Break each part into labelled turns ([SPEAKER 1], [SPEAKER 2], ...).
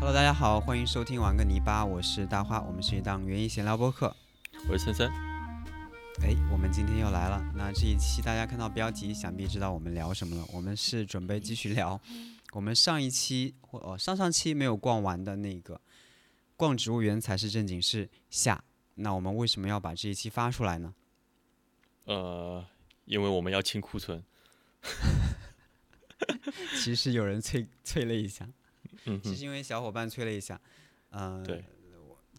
[SPEAKER 1] Hello，大家好，欢迎收听《玩个泥巴》，我是大花，我们是一档园艺闲聊播客。
[SPEAKER 2] 我是森森，
[SPEAKER 1] 哎，我们今天又来了。那这一期大家看到标题，想必知道我们聊什么了。我们是准备继续聊我们上一期或哦上上期没有逛完的那个逛植物园才是正经事下。那我们为什么要把这一期发出来呢？
[SPEAKER 2] 呃，因为我们要清库存，
[SPEAKER 1] 其实有人催催了一下，
[SPEAKER 2] 嗯
[SPEAKER 1] 其
[SPEAKER 2] 哼，
[SPEAKER 1] 实因为小伙伴催了一下，嗯、呃，
[SPEAKER 2] 对，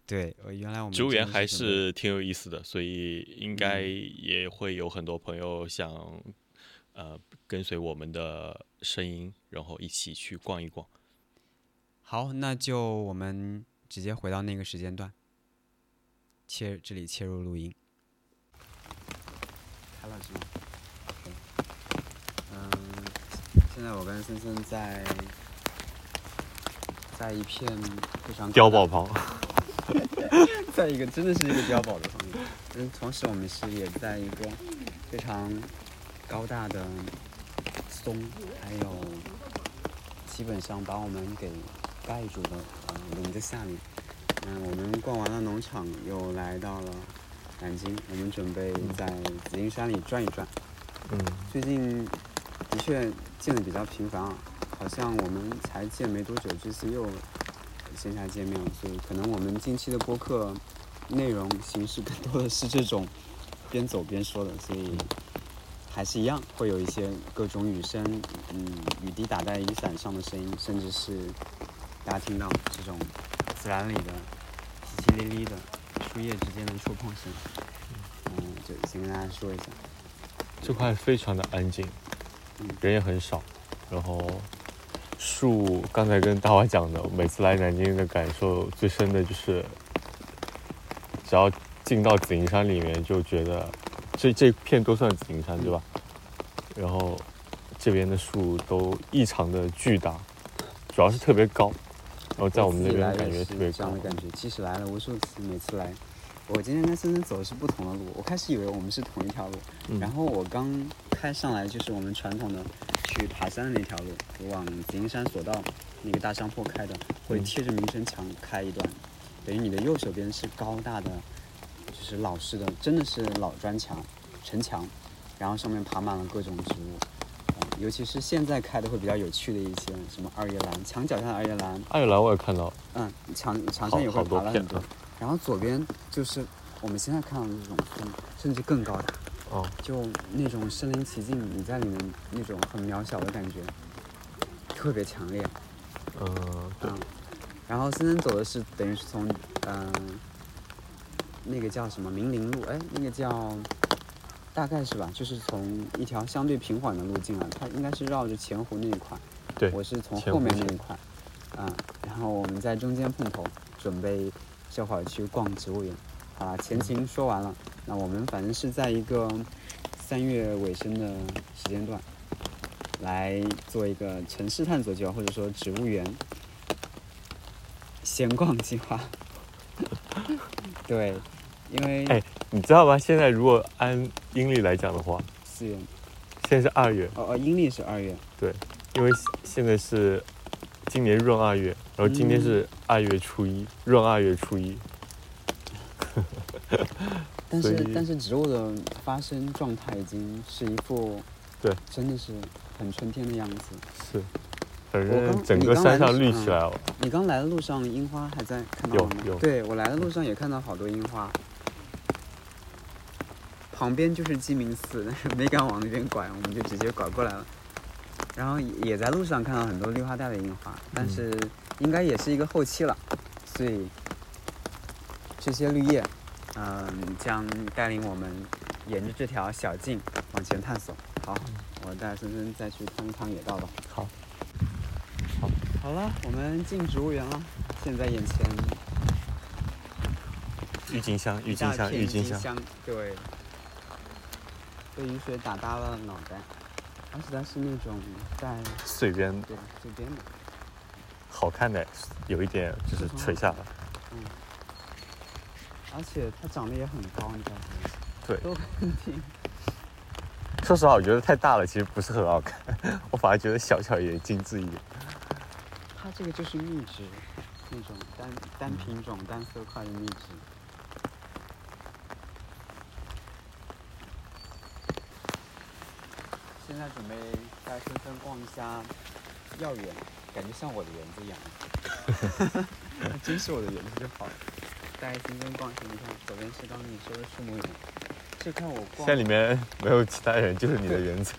[SPEAKER 1] 对，我原来我们
[SPEAKER 2] 植物园
[SPEAKER 1] 真的嗯
[SPEAKER 2] 还
[SPEAKER 1] 准备
[SPEAKER 2] 是挺有意思的，所以应该也会有很多朋友想，呃，跟随我们的声音，然后一起去逛一逛。
[SPEAKER 1] 好，那就我们直接回到那个时间段，切这里切入录音。开了是吗？OK。嗯，现在我跟森森在在一片非常广
[SPEAKER 3] 碉
[SPEAKER 1] 大
[SPEAKER 3] 堡，旁，
[SPEAKER 1] 在一个真的是一个碉堡的旁边。嗯，同时我们是也在一个非常高大的松，还有基本上把我们给盖住的呃林子下面。嗯，我们逛完了农场，又来到了南京，我们准备在紫金山里转一转。
[SPEAKER 3] 嗯，
[SPEAKER 1] 最近的确见的比较频繁啊，好像我们才见没多久，这次又线下见面了，所以可能我们近期的播客内容形式更多的是这种边走边说的，所以还是一样会有一些各种雨声，嗯，雨滴打在雨伞上的声音，甚至是大家听到这种自然里的淅淅沥沥的树叶之间的触碰声，嗯，就先跟大家说一下。
[SPEAKER 3] 这块非常的安静
[SPEAKER 1] 嗯，
[SPEAKER 3] 人也很少，然后树，刚才跟大华讲的，每次来南京的感受最深的就是，只要进到紫金山里面，就觉得这这片都算紫金山对吧？然后这边的树都异常的巨大，主要是特别高，然后哦在我们
[SPEAKER 1] 自
[SPEAKER 3] 那
[SPEAKER 1] 己
[SPEAKER 3] 边
[SPEAKER 1] 来
[SPEAKER 3] 感
[SPEAKER 1] 也
[SPEAKER 3] 觉
[SPEAKER 1] 是
[SPEAKER 3] 特别
[SPEAKER 1] 这样
[SPEAKER 3] 高
[SPEAKER 1] 的，感觉，即使来了无数次，每次来，我今天跟森森走的是不同的路，我开始以为我们是同一条路，
[SPEAKER 3] 嗯
[SPEAKER 1] 然后我刚开上来就是我们传统的去爬山的那条路，往紫金山索道那个大山坡开的，会
[SPEAKER 3] 嗯
[SPEAKER 1] 贴着民生墙开一段，等于你的右手边是高大的，就是老式的，真的是老砖墙、城墙，然后上面爬满了各种植物。呃尤其是现在开的会比较有趣的一些，什么二月兰，墙角下的二月兰，
[SPEAKER 3] 爱尔兰我也看到，
[SPEAKER 1] 嗯，墙墙
[SPEAKER 3] 好
[SPEAKER 1] 上也会
[SPEAKER 3] 好多
[SPEAKER 1] 爬了
[SPEAKER 3] 片
[SPEAKER 1] 很多
[SPEAKER 3] 啊。
[SPEAKER 1] 然后左边就是我们现在看到的这种树，甚至更高大，
[SPEAKER 3] 哦，
[SPEAKER 1] 就那种身临其境，你在里面那种很渺小的感觉，特别强烈。
[SPEAKER 3] 嗯，对
[SPEAKER 1] 嗯，然后森森走的是等于是从嗯、那个叫什么明林路，哎，那个叫大概是吧，就是从一条相对平缓的路进来，它应该是绕着钱湖那一块。
[SPEAKER 3] 对，
[SPEAKER 1] 我是从
[SPEAKER 3] 前
[SPEAKER 1] 后
[SPEAKER 3] 后
[SPEAKER 1] 面
[SPEAKER 3] 前
[SPEAKER 1] 那一块，嗯，然后我们在中间碰头，准备这会儿去逛植物园。好啦，前情说完了，那我们反正是在一个三月尾声的时间段，来做一个城市探索计划，或者说植物园闲逛计划。 对，因为
[SPEAKER 3] 哎你知道吗？现在如果按阴历来讲的话，
[SPEAKER 1] 四月，
[SPEAKER 3] 现在是二月，
[SPEAKER 1] 哦哦，阴历是二月，
[SPEAKER 3] 因为现在是今年闰二月，然后今天是二月初一，闰二月初一，
[SPEAKER 1] 但
[SPEAKER 3] 所
[SPEAKER 1] 是
[SPEAKER 3] 以
[SPEAKER 1] 但是植物的发生状态已经是一副，
[SPEAKER 3] 对，
[SPEAKER 1] 真的是很春天的样子。
[SPEAKER 3] 是，反
[SPEAKER 1] 我刚
[SPEAKER 3] 正整个山上绿起来了。
[SPEAKER 1] 你刚来的路上樱花还在看到
[SPEAKER 3] 有
[SPEAKER 1] 了吗？
[SPEAKER 3] 有
[SPEAKER 1] 对我来的路上也看到好多樱花。旁边就是鸡鸣寺，但是没敢往那边拐，我们就直接拐过来了。然后也在路上看到很多绿化带的樱花，但
[SPEAKER 3] 嗯
[SPEAKER 1] 是应该也是一个后期了，所以这些绿叶，嗯、将带领我们沿着这条小径往前探索。好，
[SPEAKER 3] 嗯
[SPEAKER 1] 我带森森再去趟一趟野道吧。
[SPEAKER 3] 好，
[SPEAKER 1] 好了，我们进植物园了。现在眼前
[SPEAKER 3] 郁金香，郁
[SPEAKER 1] 一
[SPEAKER 3] 金
[SPEAKER 1] 大
[SPEAKER 3] 香，
[SPEAKER 1] 片
[SPEAKER 3] 郁金
[SPEAKER 1] 香，
[SPEAKER 3] 香，
[SPEAKER 1] 对，被雨水打耷了脑袋，而且它是那种在
[SPEAKER 3] 水边
[SPEAKER 1] 对这边的，
[SPEAKER 3] 好看的，有一点就是垂下来。
[SPEAKER 1] 而且它长得也很高，你知道吗？
[SPEAKER 3] 对
[SPEAKER 1] 都很挺。
[SPEAKER 3] 说实话，我觉得太大了，其实不是很好看，我反而觉得小巧一点，精致一点。
[SPEAKER 1] 它这个就是绿植，那种单单品种、单色块的蜜汁。现在准备带森森逛一下药园，感觉像我的园子一样。 真是我的园子就好了。带森森逛一下，你看左边是刚刚你说的树木园，这看我
[SPEAKER 4] 现
[SPEAKER 1] 逛
[SPEAKER 4] 在里面没有其他人，就是你的园子。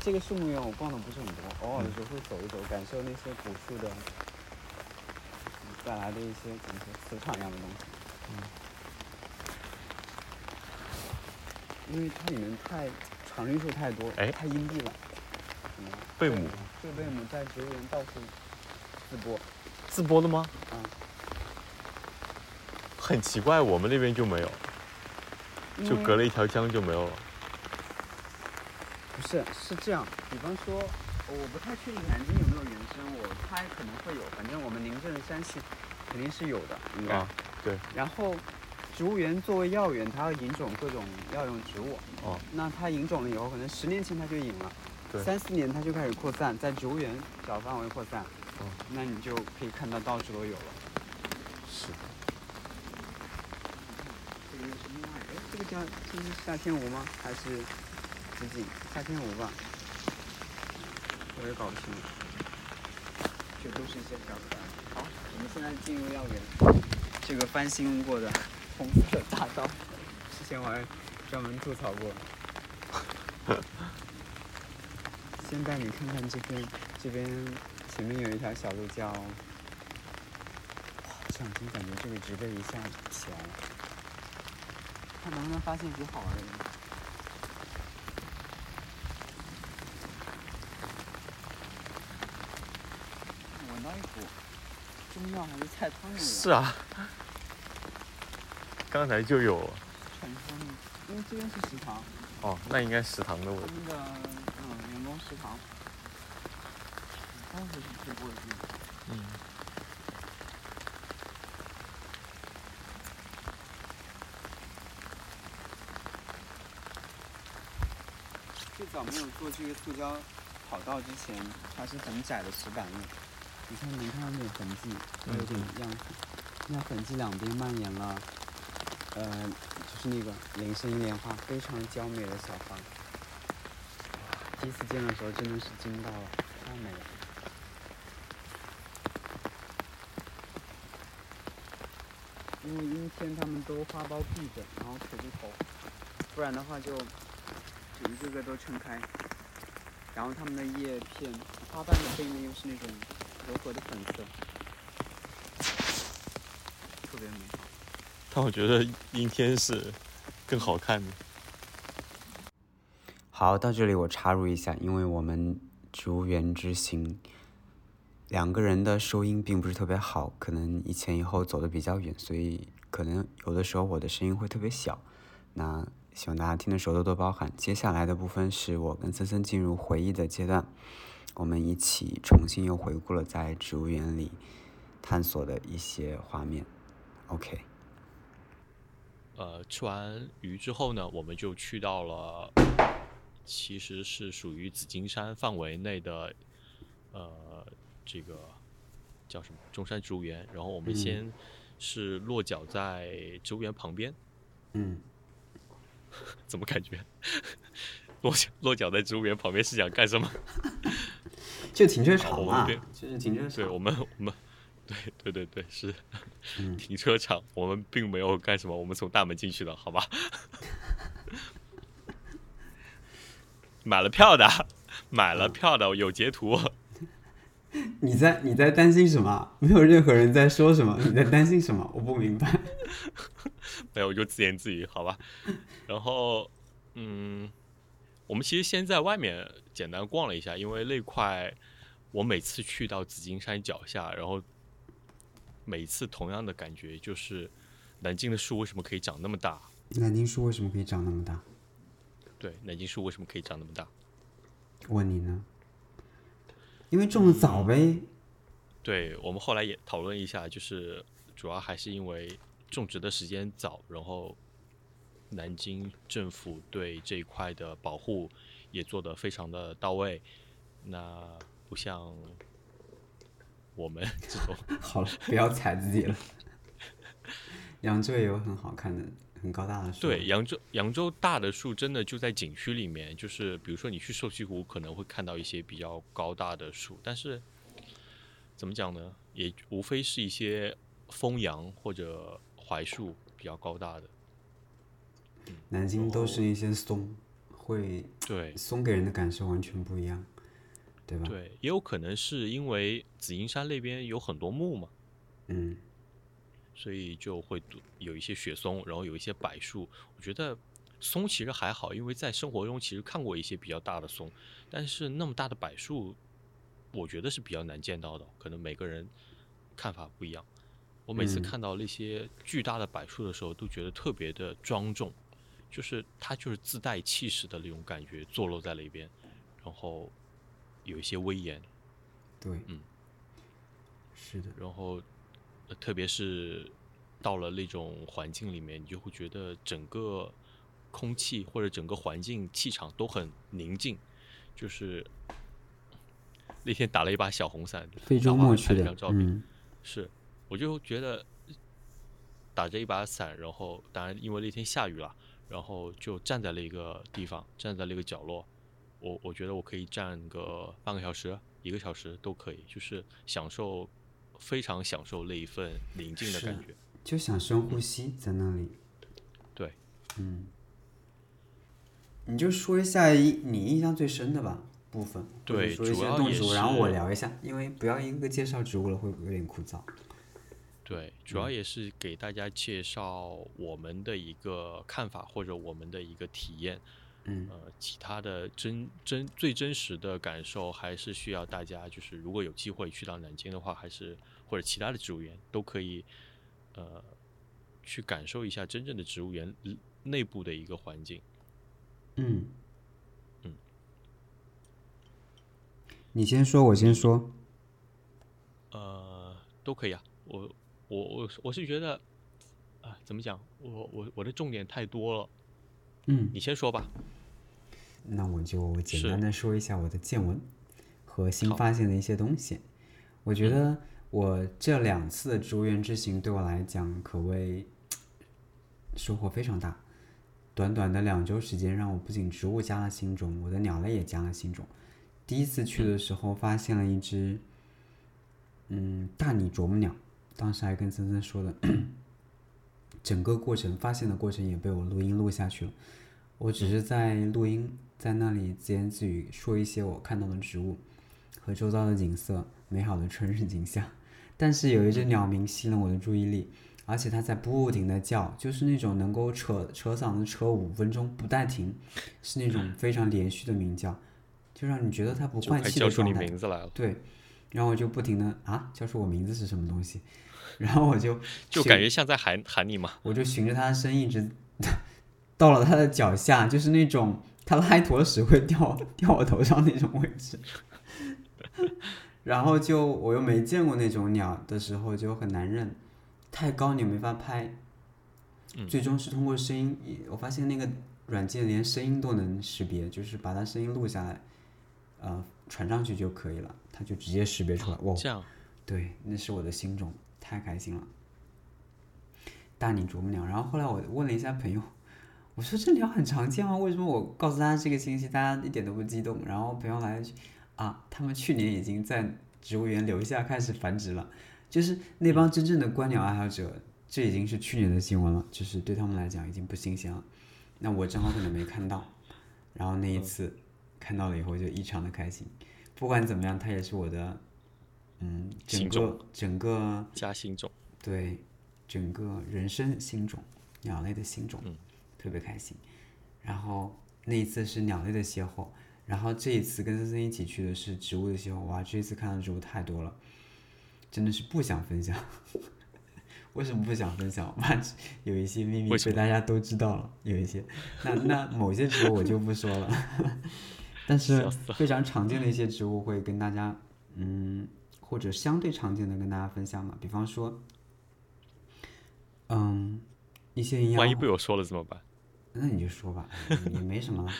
[SPEAKER 1] 这个树木园我逛的不是很多，偶尔的时候会走一走，感受那些古树的嗯带来的一些怎么说磁场一样的东西。因为它里面太常绿树太多，
[SPEAKER 4] 哎
[SPEAKER 1] 太阴蔽了。嗯
[SPEAKER 4] 贝母
[SPEAKER 1] 这贝母在植物园到处自播，
[SPEAKER 4] 自播的吗？
[SPEAKER 1] 嗯，
[SPEAKER 4] 很奇怪，我们那边就没有，
[SPEAKER 1] 因
[SPEAKER 4] 就
[SPEAKER 1] 为
[SPEAKER 4] 隔了一条江就没有了。
[SPEAKER 1] 不是，是这样。比方说，我不太确定南京有没有原生，我猜可能会有。反正我们宁镇、山西肯定是有的，应该。
[SPEAKER 4] 啊，对，
[SPEAKER 1] 然后，植物园作为药园，它要引种各种药用植物。
[SPEAKER 4] 哦，
[SPEAKER 1] 那它引种了以后，可能十年前它就引了，
[SPEAKER 4] 对
[SPEAKER 1] 三四年它就开始扩散，在植物园小范围扩散。
[SPEAKER 4] 哦
[SPEAKER 1] 那你就可以看到到处都有了。
[SPEAKER 4] 是的，
[SPEAKER 1] 这个又是另外一个，哎，这个叫这是夏天湖吗？还是紫锦？夏天湖吧，我也搞不清了。这都是一些小可爱。好，我们现在进入药园，这个翻新过的红色大道，之前我还专门吐槽过。先带你看看这边，这边前面有一条小路叫，哇，这两天感觉这个植被一下起来了。看能不能发现一些好玩的东西。闻到一股中药还是菜汤的味道，
[SPEAKER 4] 是啊， 刚才就有了。
[SPEAKER 1] 串香的，因为这边是食堂，
[SPEAKER 4] 哦，那应该食堂的味
[SPEAKER 1] 他
[SPEAKER 4] 道。
[SPEAKER 1] 们的嗯员工食堂，当时是最贵的。
[SPEAKER 4] 嗯，
[SPEAKER 1] 最早没有做这个塑胶跑道之前，它是很窄的石板路，嗯你看能看到那个痕迹，它有点样子。那痕迹两边蔓延了，呃，就是那个铃声莲花，非常娇美的小花。第一次见的时候真的是惊到了，太美了。因为阴天它们都花苞闭着，然后垂着头，不然的话就就一个个都撑开，然后它们的叶片、花瓣的背面又是那种柔和的粉色，特别美。
[SPEAKER 4] 但我觉得阴天是更好看的。
[SPEAKER 1] 好，到这里我插入一下，因为我们植物园之行，两个人的收音并不是特别好，可能一前一后走的比较远，所以可能有的时候我的声音会特别小。那希望大家听的时候多多包涵。接下来的部分是我跟森森进入回忆的阶段，我们一起重新又回顾了在植物园里探索的一些画面。OK，
[SPEAKER 3] 呃，吃完鱼之后呢，我们就去到了，其实是属于紫金山范围内的，呃，这个叫什么中山植物园。然后我们
[SPEAKER 1] 嗯
[SPEAKER 3] 先是落脚在植物园旁边，
[SPEAKER 1] 嗯，
[SPEAKER 3] 怎么感觉 落脚落脚在植物园旁边是想干什么？
[SPEAKER 1] 就停车
[SPEAKER 3] 好
[SPEAKER 1] 场
[SPEAKER 3] 我
[SPEAKER 1] 嘛
[SPEAKER 3] 们对，
[SPEAKER 1] 就是停车
[SPEAKER 3] 对
[SPEAKER 1] 场。
[SPEAKER 3] 我们，我们对对对对是
[SPEAKER 1] 嗯
[SPEAKER 3] 停车场，我们并没有干什么，我们从大门进去的，好吧？ 买了票的， 买了票的，有截图。
[SPEAKER 1] 你在你在担心什么？ 没有任何人在说什么，你在担心什么？我不明白。
[SPEAKER 3] 没有，我就自言自语，好吧。然后，嗯，我们其实先在外面简单逛了一下，因为那块我每次去到紫金山脚下，然后每次同样的感觉就是，南京的树为什么可以长那么大？
[SPEAKER 1] 南京树为什么可以长那么大？
[SPEAKER 3] 对，南京树为什么可以长那么大？
[SPEAKER 1] 问你呢？因为种的早呗。
[SPEAKER 3] 对我们后来也讨论一下，就是主要还是因为种植的时间早，然后南京政府对这一块的保护也做得非常的到位。那不像
[SPEAKER 2] 我们 这种
[SPEAKER 1] 好了，不要踩自己了。扬州也有很好看的、很高大的树。
[SPEAKER 2] 对，扬州扬州大的树真的就在景区里面，就是比如说你去瘦西湖可能会看到一些比较高大的树，但是怎么讲呢，也无非是一些枫杨或者槐树比较高大的。
[SPEAKER 1] 南京都是一些松，会
[SPEAKER 2] 对
[SPEAKER 1] 松给人的感受完全不一样，对吧？，
[SPEAKER 2] 对，也有可能是因为紫金山那边有很多木嘛，
[SPEAKER 1] 嗯，
[SPEAKER 2] 所以就会多有一些雪松，然后有一些柏树。我觉得松其实还好，因为在生活中其实看过一些比较大的松，但是那么大的柏树，我觉得是比较难见到的，可能每个人看法不一样。我每次
[SPEAKER 1] 嗯
[SPEAKER 2] 看到那些巨大的柏树的时候，都觉得特别的庄重，就是它就是自带气势的那种感觉，坐落在那边，然后有一些威严，
[SPEAKER 1] 对，
[SPEAKER 2] 嗯，
[SPEAKER 1] 是的，
[SPEAKER 2] 然后、呃特别是到了那种环境里面，你就会觉得整个空气或者整个环境气场都很宁静。就是那天打了一把小红伞，
[SPEAKER 1] 非
[SPEAKER 2] 正
[SPEAKER 1] 周
[SPEAKER 2] 好
[SPEAKER 1] 末
[SPEAKER 2] 还
[SPEAKER 1] 去
[SPEAKER 2] 拍了
[SPEAKER 1] 的
[SPEAKER 2] 张，照片，
[SPEAKER 1] 嗯，
[SPEAKER 2] 是我就觉得打着一把伞，然后当然因为那天下雨了，然后就站在那个地方，站在那个角落，我我觉得我可以站个半个小时、一个小时都可以，就是享受非常享受那一份宁静的
[SPEAKER 1] 是
[SPEAKER 2] 感觉。
[SPEAKER 1] 就想深呼吸在那里，
[SPEAKER 2] 对，
[SPEAKER 1] 嗯，你就说一下一你印象最深的吧部分，或者
[SPEAKER 2] 对
[SPEAKER 1] 说一
[SPEAKER 2] 主
[SPEAKER 1] 些
[SPEAKER 2] 要
[SPEAKER 1] 动
[SPEAKER 2] 也
[SPEAKER 1] 植物，然后我
[SPEAKER 2] 是
[SPEAKER 1] 聊一下，因为不要一个个介绍植物了，会有点枯燥。
[SPEAKER 2] 对，主要也是给大家介绍我们的一个看法或者我们的一个体验。
[SPEAKER 1] 嗯
[SPEAKER 2] 呃，其他的真真最真实的感受还是需要大家，就是如果有机会去到南京的话，还是或者其他的植物园都可以，呃，去感受一下真正的植物园呃内部的一个环境。
[SPEAKER 1] 嗯
[SPEAKER 2] 嗯，
[SPEAKER 1] 你先说，我先说。
[SPEAKER 2] 呃，都可以啊。我我我我是觉得啊，怎么讲？我我我的重点太多了，
[SPEAKER 1] 嗯，
[SPEAKER 2] 你先说吧。
[SPEAKER 1] 那我就简
[SPEAKER 2] 是
[SPEAKER 1] 单的说一下我的见闻和新发现的一些东西。我觉得我这两次的植物园之行对我来讲可谓收获非常大。短短的两周时间，让我不仅植物加了新种，我的鸟类也加了新种。第一次去的时候，发现了一只，嗯，大拟啄木鸟。当时还跟森森说的，整个过程发现的过程也被我录音录下去了。我只是在录音，在那里自言自语说一些我看到的植物和周遭的景色，美好的春日景象。但是有一只鸟鸣吸引我的注意力，而且它在不停的叫，就是那种能够扯扯嗓子扯五分钟不带停，是那种非常连续的鸣叫，就让你觉得它不
[SPEAKER 2] 就
[SPEAKER 1] 换
[SPEAKER 2] 快
[SPEAKER 1] 气
[SPEAKER 2] 叫
[SPEAKER 1] 的
[SPEAKER 2] 出你
[SPEAKER 1] 状态。
[SPEAKER 2] 名字来了，
[SPEAKER 1] 对，然后我就不停的啊叫出我名字是什么东西， 然后我就
[SPEAKER 2] 就
[SPEAKER 1] 寻
[SPEAKER 2] 感觉像在喊喊你嘛。
[SPEAKER 1] 我就循着他的声音一直 到了他的脚下，就是那种他拉一坨屎会掉掉我头上那种位置。 然后就我又没见过那种鸟的时候就很难认，太高你又没法拍。最终是通过声音，我发现那个软件连声音都能识别，就是把它声音录下来，呃，传上去就可以了，它就直接识别出来。哇，
[SPEAKER 2] 这样，
[SPEAKER 1] 对，那是我的新种，太开心了。大宁啄木鸟，然后后来我问了一下朋友， 我说这鸟很常见吗？为什么我告诉他这个信息，大家一点都不激动？然后朋友来一句啊，他们去年已经在植物园留下开始繁殖了，就是那帮真正的观鸟爱好者，这已经是去年的新闻了，就是对他们来讲已经不新鲜了。那我正好可能没看到，然后那一次看到了以后就异常的开心。不管怎么样，它也是我的，嗯，整
[SPEAKER 2] 新种
[SPEAKER 1] 个整个
[SPEAKER 2] 加新种，
[SPEAKER 1] 对整个人生新种，鸟类的新种，
[SPEAKER 2] 嗯
[SPEAKER 1] 特别开心。然后那一次是鸟类的邂逅，然后这一次跟森森一起去的是植物的邂逅。哇，这一次看到植物太多了，真的是不想分享。 为什么不想分享？ 把有一些秘密
[SPEAKER 2] 为什
[SPEAKER 1] 被大家都知道了，有一些，那那某些植物我就不说了。 但是
[SPEAKER 2] 笑死
[SPEAKER 1] 非常常见的一些植物会跟大家，嗯，或者相对常见的跟大家分享嘛。比方说，嗯，一些营养，
[SPEAKER 2] 万一被我说了怎么办？
[SPEAKER 1] 那你就说吧，也没什么了。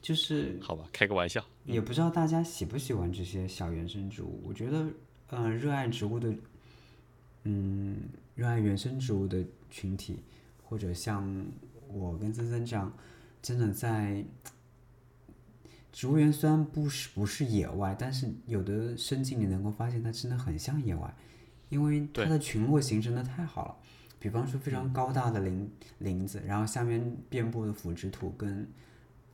[SPEAKER 1] 就是
[SPEAKER 2] 好吧，开个玩笑。
[SPEAKER 1] 也不知道大家喜不喜欢这些小原生植物。我觉得，嗯、呃热爱植物的，嗯，热爱原生植物的群体，或者像我跟森森这样，真的在植物园虽然不是不是野外，但是有的生境你能够发现它真的很像野外，因为它
[SPEAKER 3] 对
[SPEAKER 1] 的群落形成的太好了。比方说非常高大的林林子，然后下面遍布的腐殖土跟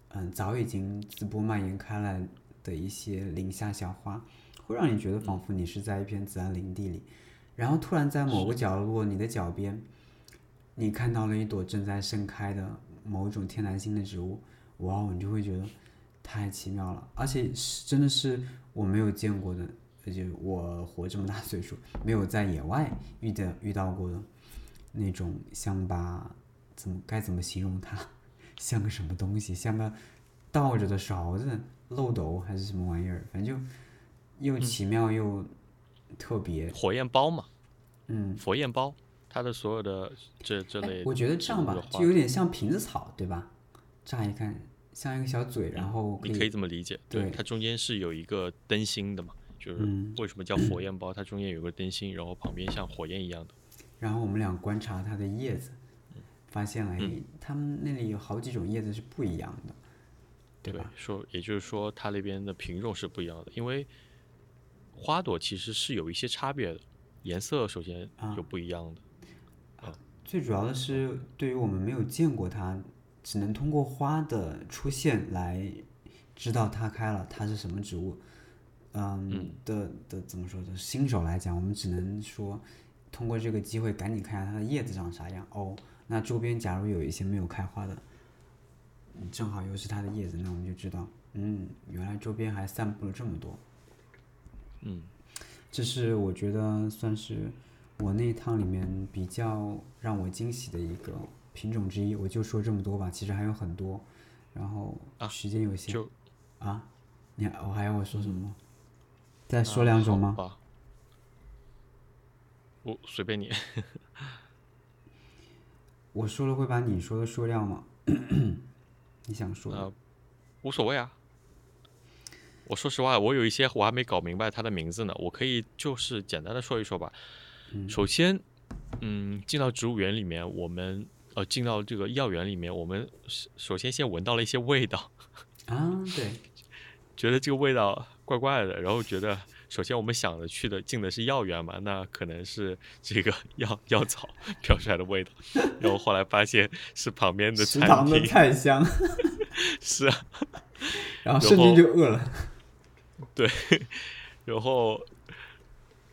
[SPEAKER 1] 嗯早已经自播蔓延开来的一些林下小花，会让你觉得仿佛你是在一片自然林地里，然后突然在某个角落，你的脚边，你看到了一朵正在盛开的某种天南星的植物，哇哦，你就会觉得太奇妙了，而且是真的是我没有见过的，而且我活这么大岁数，没有在野外遇见遇到过的那种像把怎么该怎么形容它， 像个什么东西，像个倒着的勺子、漏斗还是什么玩意儿，反正就又
[SPEAKER 3] 嗯
[SPEAKER 1] 奇妙又特别。
[SPEAKER 3] 火焰包嘛，
[SPEAKER 1] 嗯，
[SPEAKER 3] 佛焰包，它的所有的这
[SPEAKER 2] 哎
[SPEAKER 3] 这类，
[SPEAKER 1] 哎我觉得这样吧
[SPEAKER 3] 植物的，话
[SPEAKER 1] 就有点像瓶子草，对吧？乍一看像一个小嘴，然后可
[SPEAKER 3] 嗯你可以这么理解，
[SPEAKER 1] 对
[SPEAKER 3] 它中间是有一个灯芯的嘛，就是
[SPEAKER 1] 嗯
[SPEAKER 3] 为什么叫火焰包，它中间有个灯芯，然后旁边像火焰一样的，
[SPEAKER 1] 然后我们俩观察它的叶子，
[SPEAKER 3] 嗯
[SPEAKER 1] 发现了，哎，它们那里有好几种叶子是不一样的，对吧？
[SPEAKER 3] 说也就是说，它那边的品种是不一样的，因为花朵其实是有一些差别的，颜色首先
[SPEAKER 1] 啊
[SPEAKER 3] 有不一样的，
[SPEAKER 1] 最主要的是，对于我们没有见过它，只能通过花的出现来知道它开了，它是什么植物。嗯的的怎么说的？新手来讲，我们只能说通过这个机会赶紧看一下它的叶子长啥样。哦，那周边假如有一些没有开花的，嗯正好又是它的叶子，那我们就知道，嗯，原来周边还散布了这么多。
[SPEAKER 3] 嗯，
[SPEAKER 1] 这是我觉得算是我那一趟里面比较让我惊喜的一个品种之一。我就说这么多吧，其实还有很多，然后
[SPEAKER 3] 啊
[SPEAKER 1] 时间有限
[SPEAKER 3] 就
[SPEAKER 1] 啊，你还我还要我说什么吗？再说两种吗？
[SPEAKER 3] 啊吧，我随便你，
[SPEAKER 1] 我说了会把你说的说掉吗？ 你想说的？
[SPEAKER 3] 呃，无所谓啊。我说实话，我有一些我还没搞明白它的名字呢，我可以就是简单的说一说吧。首先，嗯，进到植物园里面，我们呃进到这个药园里面，我们首首先先闻到了一些味道，
[SPEAKER 1] 啊， 对，
[SPEAKER 3] 觉得这个味道怪怪的，然后觉得首先我们想着去的进的是药园嘛，那可能是这个药药草飘出来的味道，然后后来发现是旁边的
[SPEAKER 1] 食
[SPEAKER 3] 餐
[SPEAKER 1] 堂的
[SPEAKER 3] 厅，
[SPEAKER 1] 菜香，
[SPEAKER 3] 是啊，
[SPEAKER 1] 然后瞬间就饿了。
[SPEAKER 3] 然后，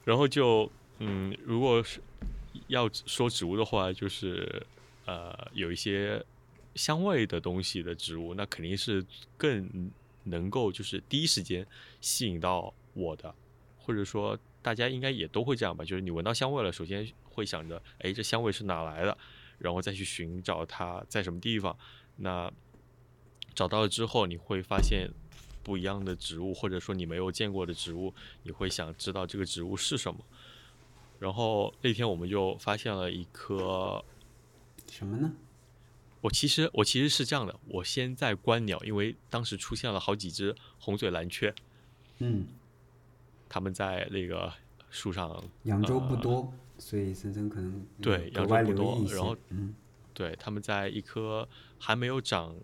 [SPEAKER 3] 然后就嗯，如果是要说植物的话，就是呃，有一些香味的东西的植物，那肯定是更能够就是第一时间吸引到我的，或者说大家应该也都会这样吧，就是你闻到香味了，首先会想着，哎，这香味是哪来的，然后再去寻找它在什么地方。那找到了之后，你会发现不一样的植物，或者说你没有见过的植物，你会想知道这个植物是什么。然后那天我们就发现了一棵，
[SPEAKER 1] 什么呢？
[SPEAKER 3] 我其实我其实是这样的，我先在观鸟，因为当时出现了好几只红嘴蓝雀，
[SPEAKER 1] 嗯，
[SPEAKER 3] 它们在那个树上，
[SPEAKER 1] 扬州不多，所以森森可能
[SPEAKER 3] 呃对
[SPEAKER 1] 格
[SPEAKER 3] 扬州
[SPEAKER 1] 外
[SPEAKER 3] 不
[SPEAKER 1] 留
[SPEAKER 3] 多
[SPEAKER 1] 意一些。
[SPEAKER 3] 然后
[SPEAKER 1] 嗯
[SPEAKER 3] 对，它们在一棵还没有长、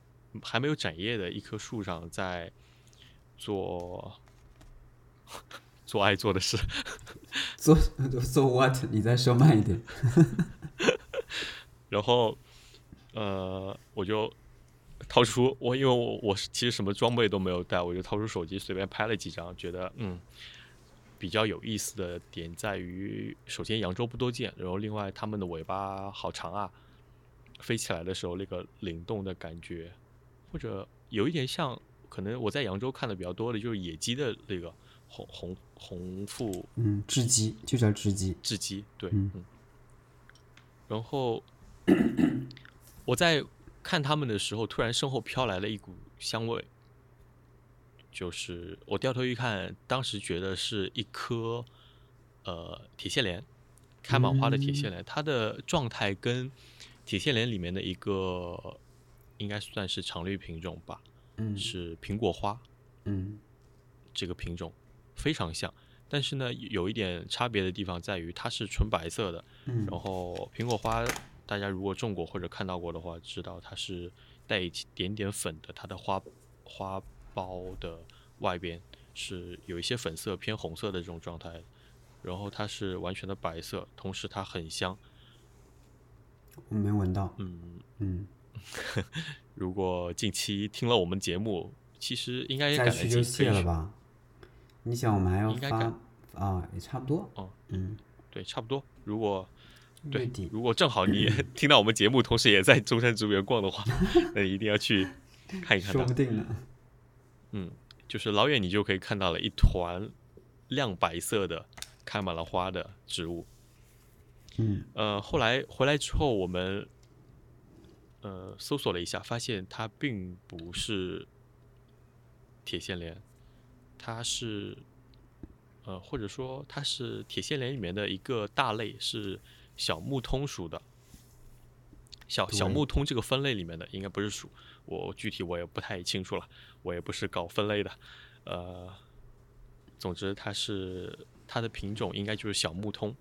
[SPEAKER 3] 还没有展叶的一棵树上，在做 做爱做的事。
[SPEAKER 1] ，so so what？你再说慢一点。
[SPEAKER 3] 然后，呃，我就掏出我，因为我我是其实什么装备都没有带，我就掏出手机随便拍了几张，觉得嗯比较有意思的点在于，首先扬州不多见，然后另外它们的尾巴好长啊，飞起来的时候那个灵动的感觉，或者有一点像，可能我在扬州看的比较多的就是野鸡的那个红红红腹
[SPEAKER 1] 嗯，雉鸡就叫雉鸡。
[SPEAKER 3] 雉鸡，对，
[SPEAKER 1] 嗯
[SPEAKER 3] 嗯。然后我在看他们的时候，突然身后飘来了一股香味，就是我掉头一看，当时觉得是一颗呃铁线莲，开满花的铁线莲，它的状态跟铁线莲里面的一个应该算是常绿品种吧，
[SPEAKER 1] 嗯
[SPEAKER 3] 是苹果花
[SPEAKER 1] 嗯
[SPEAKER 3] 这个品种非常像。但是呢，有一点差别的地方在于它是纯白色的，
[SPEAKER 1] 嗯
[SPEAKER 3] 然后苹果花大家如果种过或者看到过的话，知道它是带一点点粉的，它的花花苞的外边是有一些粉色偏红色的这种状态，然后它是完全的白色，同时它很香，
[SPEAKER 1] 我没闻到，
[SPEAKER 3] 嗯，
[SPEAKER 1] 嗯，
[SPEAKER 3] 如果近期听了我们节目，其实应该也
[SPEAKER 1] 再
[SPEAKER 3] 赶
[SPEAKER 1] 去
[SPEAKER 3] 得
[SPEAKER 1] 就
[SPEAKER 3] 及，
[SPEAKER 1] 谢了吧。你想，我们还要
[SPEAKER 3] 应该
[SPEAKER 1] 发
[SPEAKER 3] 赶
[SPEAKER 1] 啊，也差不多，
[SPEAKER 3] 哦
[SPEAKER 1] 嗯，
[SPEAKER 3] 对，差不多。如果
[SPEAKER 1] 月
[SPEAKER 3] 对
[SPEAKER 1] 底，
[SPEAKER 3] 如果正好你也 听到我们节目，同时也在中山植物园逛的话， 那一定要去看一看
[SPEAKER 1] 说
[SPEAKER 3] 它
[SPEAKER 1] 不。定呢。
[SPEAKER 3] 嗯，就是老远你就可以看到了一团亮白色的、开满了花的植物。
[SPEAKER 1] 嗯，
[SPEAKER 3] 呃，后来回来之后，我们呃搜索了一下，发现它并不是铁线莲，它是呃或者说它是铁线莲里面的一个大类，是小木通属的。小小
[SPEAKER 1] 对
[SPEAKER 3] 木通这个分类里面的应该不是属，我具体我也不太清楚了，我也不是搞分类的，呃，总之它是它的品种应该就是小木通，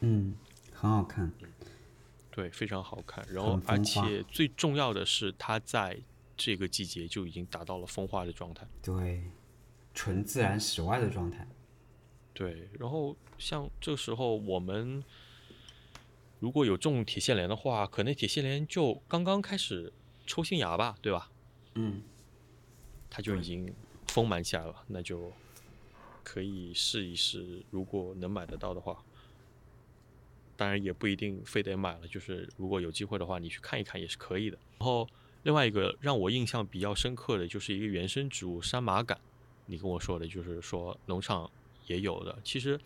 [SPEAKER 1] 嗯，很好看。
[SPEAKER 3] 对，非常好看。然后
[SPEAKER 1] 很，
[SPEAKER 3] 而
[SPEAKER 1] 风化
[SPEAKER 3] 且最重要的是，它在这个季节就已经达到了风化的状态。
[SPEAKER 1] 对，纯自然室外的状态。
[SPEAKER 3] 对，然后像这时候我们如果有种铁线莲的话，可能铁线莲就刚刚开始抽新芽吧，对吧？
[SPEAKER 1] 嗯，
[SPEAKER 3] 它就已经丰满起来了，那就可以试一试，如果能买得到的话。当然也不一定非得买了，就是如果有机会的话，你去看一看也是可以的。然后另外一个让我印象比较深刻的就是一个原生植物山麻杆，你跟我说的就是说农场也有的。其实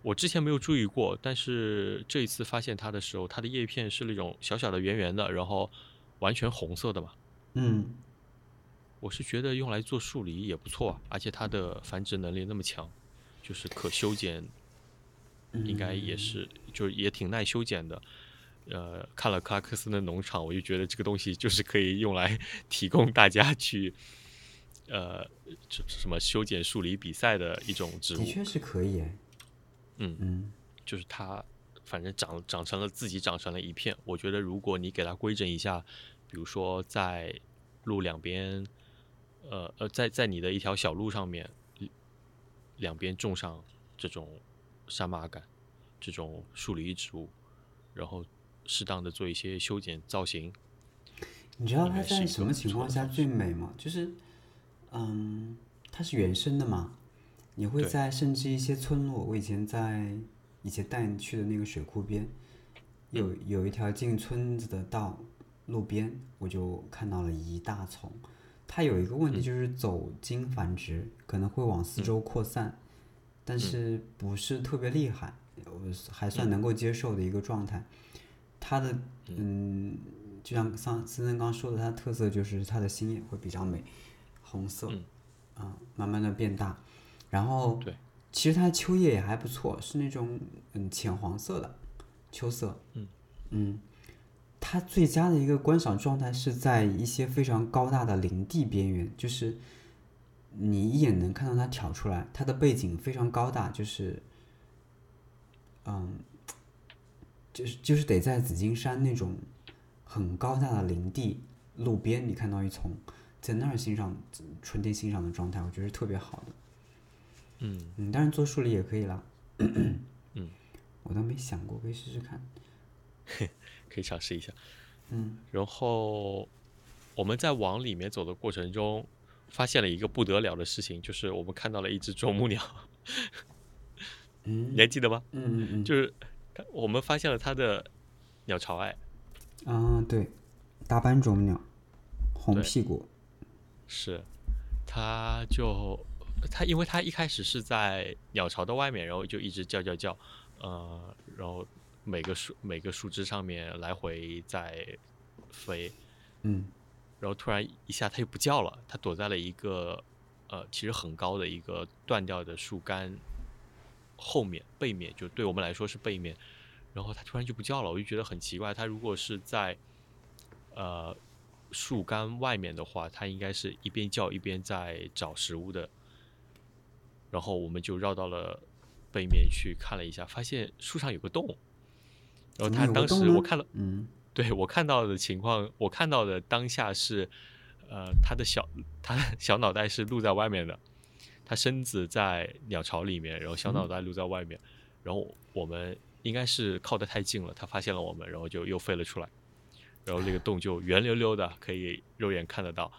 [SPEAKER 3] 我之前没有注意过，但是这一次发现它的时候，它的叶片是那种小小的圆圆的，然后完全红色的嘛。
[SPEAKER 1] 嗯，
[SPEAKER 3] 我是觉得用来做树篱也不错啊，而且它的繁殖能力那么强，就是可修剪，
[SPEAKER 1] 嗯
[SPEAKER 3] 应该也是，就是也挺耐修剪的。呃，看了克拉克斯的农场，我就觉得这个东西就是可以用来 提供大家去，呃，这什么修剪树篱比赛的一种植
[SPEAKER 1] 的
[SPEAKER 3] 物，
[SPEAKER 1] 确是可以诶。
[SPEAKER 3] 嗯
[SPEAKER 1] 嗯，
[SPEAKER 3] 就是它反正长长成了自己长成了一片。我觉得如果你给它规整一下，比如说在路两边，呃呃，在在你的一条小路上面，一两边种上这种山麻杆，这种树梨植物，然后适当的做一些修剪造型。
[SPEAKER 1] 你知道
[SPEAKER 3] 应
[SPEAKER 1] 它
[SPEAKER 3] 该是
[SPEAKER 1] 在
[SPEAKER 3] 一
[SPEAKER 1] 什
[SPEAKER 3] 个
[SPEAKER 1] 么
[SPEAKER 3] 不
[SPEAKER 1] 情
[SPEAKER 3] 错
[SPEAKER 1] 况
[SPEAKER 3] 的
[SPEAKER 1] 下
[SPEAKER 3] 方
[SPEAKER 1] 最美吗？就是，嗯，它是原生的嘛，你会
[SPEAKER 3] 对
[SPEAKER 1] 在甚至一些村落，我以前在以前带你去的那个水库边，有有一条进村子的道路边，我就看到了一大丛。它有一个问题就是走茎繁殖，可能会往四周扩散，但是不是特别厉害，我是还算能够接受的一个状态。它的嗯，就像上森森刚说的，它的特色就是它的心也会比较美，红色，
[SPEAKER 3] 嗯
[SPEAKER 1] 啊，慢慢的变大，然后
[SPEAKER 3] 对，
[SPEAKER 1] 其实它的秋叶也还不错，是那种嗯浅黄色的秋色，
[SPEAKER 3] 嗯
[SPEAKER 1] 嗯它最佳的一个观赏状态是在一些非常高大的林地边缘，就是你一眼能看到它挑出来，它的背景非常高大，就是，嗯，就是就是得在紫金山那种很高大的林地路边，你看到一丛，在那儿欣赏春天欣赏的状态，我觉得是特别好的。
[SPEAKER 3] 嗯，
[SPEAKER 1] 嗯，当然做树篱也可以啦。
[SPEAKER 3] 嗯，
[SPEAKER 1] 我倒没想过，可以试试看。
[SPEAKER 3] 可以尝试一下。
[SPEAKER 1] 嗯，
[SPEAKER 3] 然后我们在往里面走的过程中，发现了一个不得了的事情，就是我们看到了一只啄木鸟，
[SPEAKER 1] 嗯
[SPEAKER 3] 你还记得吗？
[SPEAKER 1] 嗯嗯
[SPEAKER 3] 就是它我们发现了它的鸟巢，哎，
[SPEAKER 1] 嗯，啊对，大斑啄木鸟，红
[SPEAKER 3] 对
[SPEAKER 1] 屁股。
[SPEAKER 3] 是，它就它，因为它一开始是在鸟巢的外面，然后就一直叫叫叫，呃，然后每个树每个树枝上面来回在飞，
[SPEAKER 1] 嗯
[SPEAKER 3] 然后突然一下它又不叫了，它躲在了一个呃其实很高的一个断掉的树干后面背面，就对我们来说是背面，然后它突然就不叫了，我就觉得很奇怪。它如果是在呃树干外面的话，它应该是一边叫一边在找食物的，然后我们就绕到了背面去看了一下，发现树上有个洞。然
[SPEAKER 1] 怎么
[SPEAKER 3] 后哦他
[SPEAKER 1] 有个
[SPEAKER 3] 当
[SPEAKER 1] 洞
[SPEAKER 3] 时
[SPEAKER 1] 呢
[SPEAKER 3] 我看到，
[SPEAKER 1] 嗯，
[SPEAKER 3] 对我看到的情况，我看到的当下是，呃，他的小他的小脑袋是露在外面的，他身子在鸟巢里面，然后小脑袋露在外面，然后我们应该是靠得太近了，他发现了我们，然后就又飞了出来，然后那个洞就圆溜溜的，可以肉眼看得到，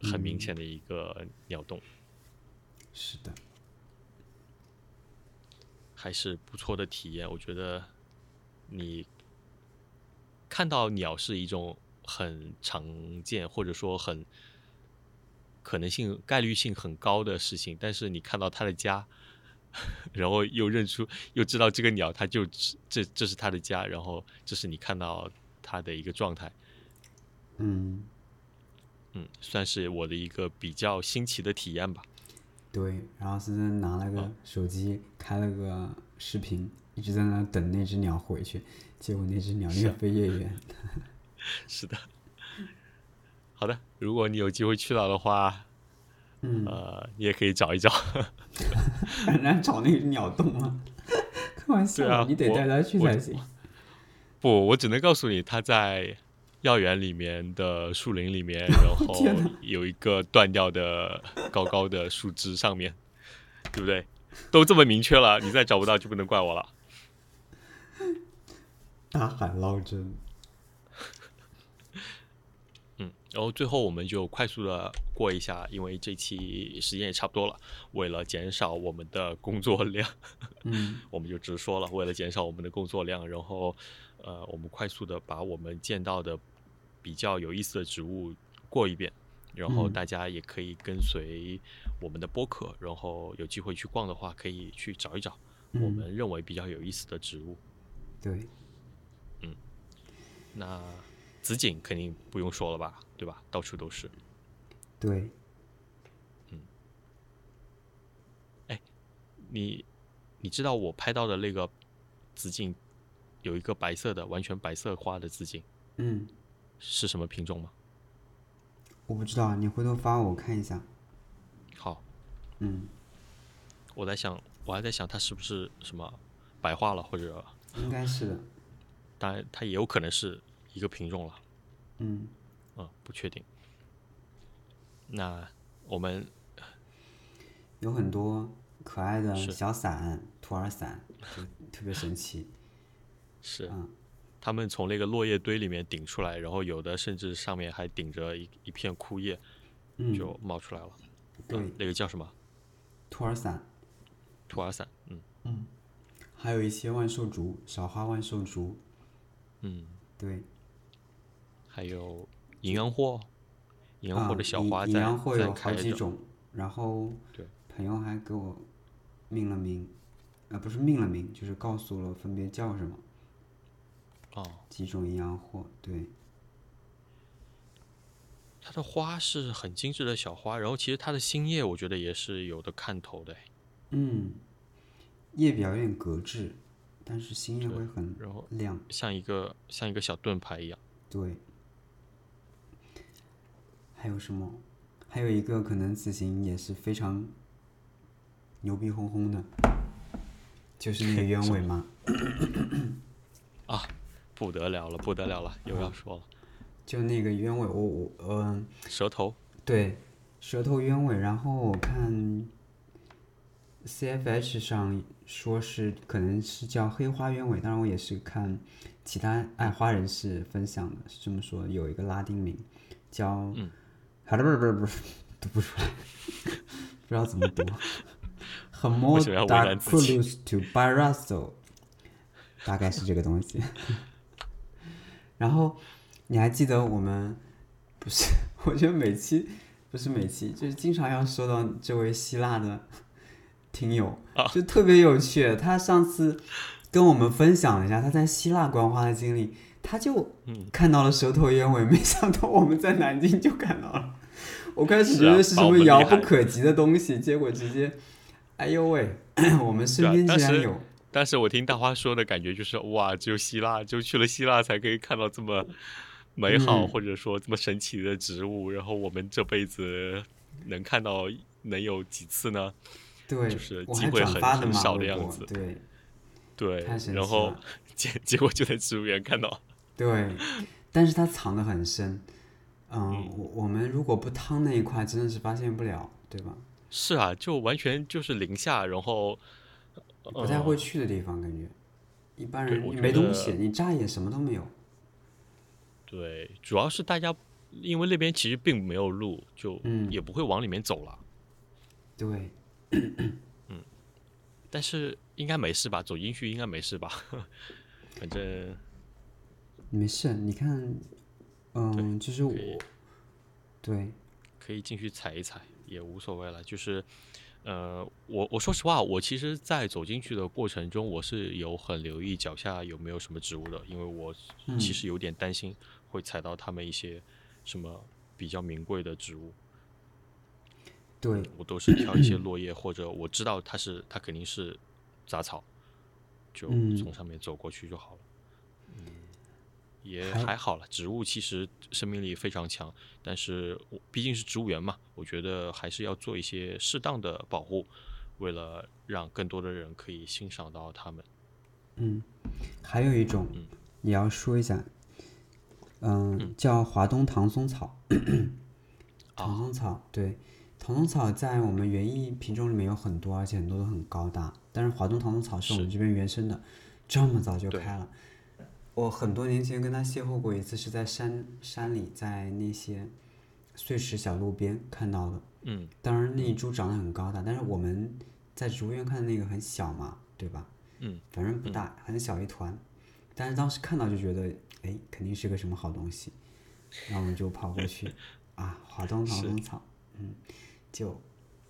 [SPEAKER 3] 很明
[SPEAKER 1] 嗯
[SPEAKER 3] 显的一个鸟洞，
[SPEAKER 1] 是的，
[SPEAKER 3] 还是不错的体验。我觉得你看到鸟是一种很常见或者说很可能性、概率性很高的事情，但是你看到它的家， 然后又认出又知道这个鸟，它就只这这是它的家，然后这是你看到它的一个状态。
[SPEAKER 1] 嗯，
[SPEAKER 3] 嗯，算是我的一个比较新奇的体验吧。
[SPEAKER 1] 对。然后思思拿了个
[SPEAKER 3] 哦
[SPEAKER 1] 手机，开了个视频，一直在那等那只鸟回去，结果那只鸟
[SPEAKER 3] 啊
[SPEAKER 1] 越飞越远。
[SPEAKER 3] 是的，好的，如果你有机会去到的话，
[SPEAKER 1] 嗯，
[SPEAKER 3] 呃，你也可以找一找。
[SPEAKER 1] 然后找那个鸟洞啊吗？ 开玩笑，
[SPEAKER 3] 对啊
[SPEAKER 1] 你得
[SPEAKER 3] 我
[SPEAKER 1] 带它去
[SPEAKER 3] 我
[SPEAKER 1] 才行。
[SPEAKER 3] 不，我只能告诉你，它在药园里面的树林 里面，然后
[SPEAKER 1] 天哪
[SPEAKER 3] 有一个断掉的高高的树枝上面，对不对？都这么明确了，你再找不到就不能怪我了。
[SPEAKER 1] 大海捞针。
[SPEAKER 3] 嗯，然后最后我们就快速的过一下，因为这期时间也差不多了。为了减少我们的工作量，
[SPEAKER 1] 嗯，
[SPEAKER 3] 我们就直说了，为了减少我们的工作量，然后呃，我们快速的把我们见到的比较有意思的植物过一遍，然后
[SPEAKER 1] 嗯
[SPEAKER 3] 大家也可以跟随我们的播客，然后有机会去逛的话，可以去找一找我
[SPEAKER 1] 嗯
[SPEAKER 3] 们认为比较有意思的植物。
[SPEAKER 1] 对，
[SPEAKER 3] 那紫堇肯定不用说了吧，对吧？到处都是。
[SPEAKER 1] 对，
[SPEAKER 3] 你你知道我拍到的那个紫堇有一个白色的完全白色花的紫堇
[SPEAKER 1] 嗯，
[SPEAKER 3] 是什么品种吗？
[SPEAKER 1] 我不知道，你回头发我看一下。
[SPEAKER 3] 好，
[SPEAKER 1] 嗯，
[SPEAKER 3] 我在想，我还在想它是不是什么白化了，或者
[SPEAKER 1] 应该是的。
[SPEAKER 3] 当然它也有可能是一个品种了，
[SPEAKER 1] 嗯，
[SPEAKER 3] 嗯，不确定。那我们
[SPEAKER 1] 有很多可爱的
[SPEAKER 3] 是
[SPEAKER 1] 小伞、兔儿伞，就特别神奇。
[SPEAKER 3] 是
[SPEAKER 1] 嗯
[SPEAKER 3] 他们从那个落叶堆里面顶出来，然后有的甚至上面还顶着一一片枯叶
[SPEAKER 1] 嗯，
[SPEAKER 3] 就冒出来了，
[SPEAKER 1] 对
[SPEAKER 3] 嗯，，那个叫什么
[SPEAKER 1] 兔儿伞，
[SPEAKER 3] 兔儿伞，嗯
[SPEAKER 1] 还有一些万寿竹、小花万寿竹。
[SPEAKER 3] 嗯，
[SPEAKER 1] 对，
[SPEAKER 3] 还有淫羊藿，淫羊藿
[SPEAKER 1] 啊
[SPEAKER 3] 的小
[SPEAKER 1] 羚
[SPEAKER 3] 花
[SPEAKER 1] 羚
[SPEAKER 3] 在
[SPEAKER 1] 羊藿
[SPEAKER 3] 在
[SPEAKER 1] 有好
[SPEAKER 3] 开
[SPEAKER 1] 几
[SPEAKER 3] 着，
[SPEAKER 1] 种，然后
[SPEAKER 3] 对
[SPEAKER 1] 朋友还给我命了名，呃，不是命了名，就是告诉了分别叫什么
[SPEAKER 3] 哦，
[SPEAKER 1] 几种羚羊藿。对，
[SPEAKER 3] 它的花是很精致的小花，然后其实它的新叶我觉得也是有的看头的诶，
[SPEAKER 1] 嗯，叶表有点隔质，但是新叶
[SPEAKER 3] 对
[SPEAKER 1] 会很
[SPEAKER 3] 然后
[SPEAKER 1] 亮。
[SPEAKER 3] 像一个像一个小盾牌一样。
[SPEAKER 1] 对，还有什么？还有一个可能此行也是非常牛逼哄哄的，就是 那个鸢尾嘛，
[SPEAKER 3] 不得了了，不得了了，又要说了，
[SPEAKER 1] 就那个鸢尾，我我嗯、
[SPEAKER 3] 舌头
[SPEAKER 1] 对，舌头鸢尾，然后我看 CFH 上说是可能是叫黑花鸢尾，当然我也是看其他爱花人士分享的，是这么说，有一个拉丁名叫，
[SPEAKER 3] 嗯
[SPEAKER 1] 好的，不是不是不是，读不出来，不知道怎么 读 h o m
[SPEAKER 3] 为
[SPEAKER 1] o
[SPEAKER 3] 什么要
[SPEAKER 1] d
[SPEAKER 3] 为
[SPEAKER 1] a
[SPEAKER 3] 难自
[SPEAKER 1] c u l
[SPEAKER 3] 己
[SPEAKER 1] u s to b a r a s o 大概是这个东西。然后你还记得我们不是？我觉得每期不是每期，就是经常要说到这位希腊的 听友，
[SPEAKER 3] 啊
[SPEAKER 1] 就特别有趣。他上次跟我们分享了一下他在希腊观花的经历，他就
[SPEAKER 3] 嗯
[SPEAKER 1] 看到了舌头鸢尾，没想到我们在南京就看到 了。我开始
[SPEAKER 3] 是
[SPEAKER 1] 觉
[SPEAKER 3] 啊
[SPEAKER 1] 得是什
[SPEAKER 3] 把我
[SPEAKER 1] 么
[SPEAKER 3] 们
[SPEAKER 1] 遥
[SPEAKER 3] 厉
[SPEAKER 1] 不
[SPEAKER 3] 害
[SPEAKER 1] 可及的东西，结果直
[SPEAKER 3] 啊
[SPEAKER 1] 接，哎呦喂，我们身
[SPEAKER 3] 对啊
[SPEAKER 1] 边竟
[SPEAKER 3] 当
[SPEAKER 1] 然
[SPEAKER 3] 时
[SPEAKER 1] 有。
[SPEAKER 3] 但是我听大花说的感觉就是，哇，只有希腊，只有去了希腊才可以看到这么美好，
[SPEAKER 1] 嗯
[SPEAKER 3] 或者说这么神奇的植物。然后我们这辈子能看到能有几次呢？
[SPEAKER 1] 对，
[SPEAKER 3] 就是
[SPEAKER 1] 我
[SPEAKER 3] 机
[SPEAKER 1] 还
[SPEAKER 3] 会
[SPEAKER 1] 转
[SPEAKER 3] 很
[SPEAKER 1] 发了
[SPEAKER 3] 很
[SPEAKER 1] 嘛
[SPEAKER 3] 少的
[SPEAKER 1] 微
[SPEAKER 3] 样
[SPEAKER 1] 博
[SPEAKER 3] 子
[SPEAKER 1] 对
[SPEAKER 3] 对
[SPEAKER 1] 太，神
[SPEAKER 3] 然
[SPEAKER 1] 奇
[SPEAKER 3] 后
[SPEAKER 1] 了
[SPEAKER 3] 结 结果就在植物园看到，
[SPEAKER 1] 对，但是它藏得很深。嗯
[SPEAKER 3] 嗯，
[SPEAKER 1] 我我们如果不趟那一块，真的是发现不了，对吧？
[SPEAKER 3] 是啊，就完全就是零下，然后
[SPEAKER 1] 不太会去的地方，感觉一般人
[SPEAKER 3] 对我
[SPEAKER 1] 你
[SPEAKER 3] 觉
[SPEAKER 1] 没东
[SPEAKER 3] 得
[SPEAKER 1] 西，你乍眼什么都没有。
[SPEAKER 3] 对，主要是大家因为那边其实并没有路，就
[SPEAKER 1] 嗯
[SPEAKER 3] 也不会往里面走了。
[SPEAKER 1] 对，
[SPEAKER 3] 但是应该没事吧？走进去应该没事吧？反正
[SPEAKER 1] 没事，你看，嗯，就是我
[SPEAKER 3] 可以，
[SPEAKER 1] 对，
[SPEAKER 3] 可以进去踩一踩，也无所谓了。就是，呃，我我说实话，我其实，在走进去的过程中，我是有很留意脚下有没有什么植物的，因为我
[SPEAKER 1] 嗯
[SPEAKER 3] 其实有点担心会踩到他们一些什么比较名贵的植物。
[SPEAKER 1] 对，
[SPEAKER 3] 嗯我都是挑一些 落叶，或者我知道它是它肯定是杂草，就
[SPEAKER 1] 嗯
[SPEAKER 3] 从上面走过去就好了。嗯，也
[SPEAKER 1] 还
[SPEAKER 3] 还好了。植物其实生命力非常强，但是我毕竟是植物园嘛，我觉得还是要做一些适当的保护，为了让更多的人可以欣赏到它们。
[SPEAKER 1] 嗯，还有一种
[SPEAKER 3] 嗯
[SPEAKER 1] 也要说一下，嗯，叫华东唐松草，唐
[SPEAKER 3] 啊，
[SPEAKER 1] 松草，对，唐松草在我们园艺品种里面有很多，而且很多都很高大。但是华东唐松草是我们这边原生的，这么早就
[SPEAKER 3] 对
[SPEAKER 1] 开了。我很多年前跟它邂逅过一次，是在山山里，在那些碎石小路边看到的。
[SPEAKER 3] 嗯，
[SPEAKER 1] 当然那一株长得很高大，但是我们在植物园看的那个很小嘛，对吧？
[SPEAKER 3] 嗯，
[SPEAKER 1] 反正不大，很小一团。但是当时看到就觉得，哎，肯定是个什么好东西，然后我们就跑过 去，啊，华东唐松草，嗯，就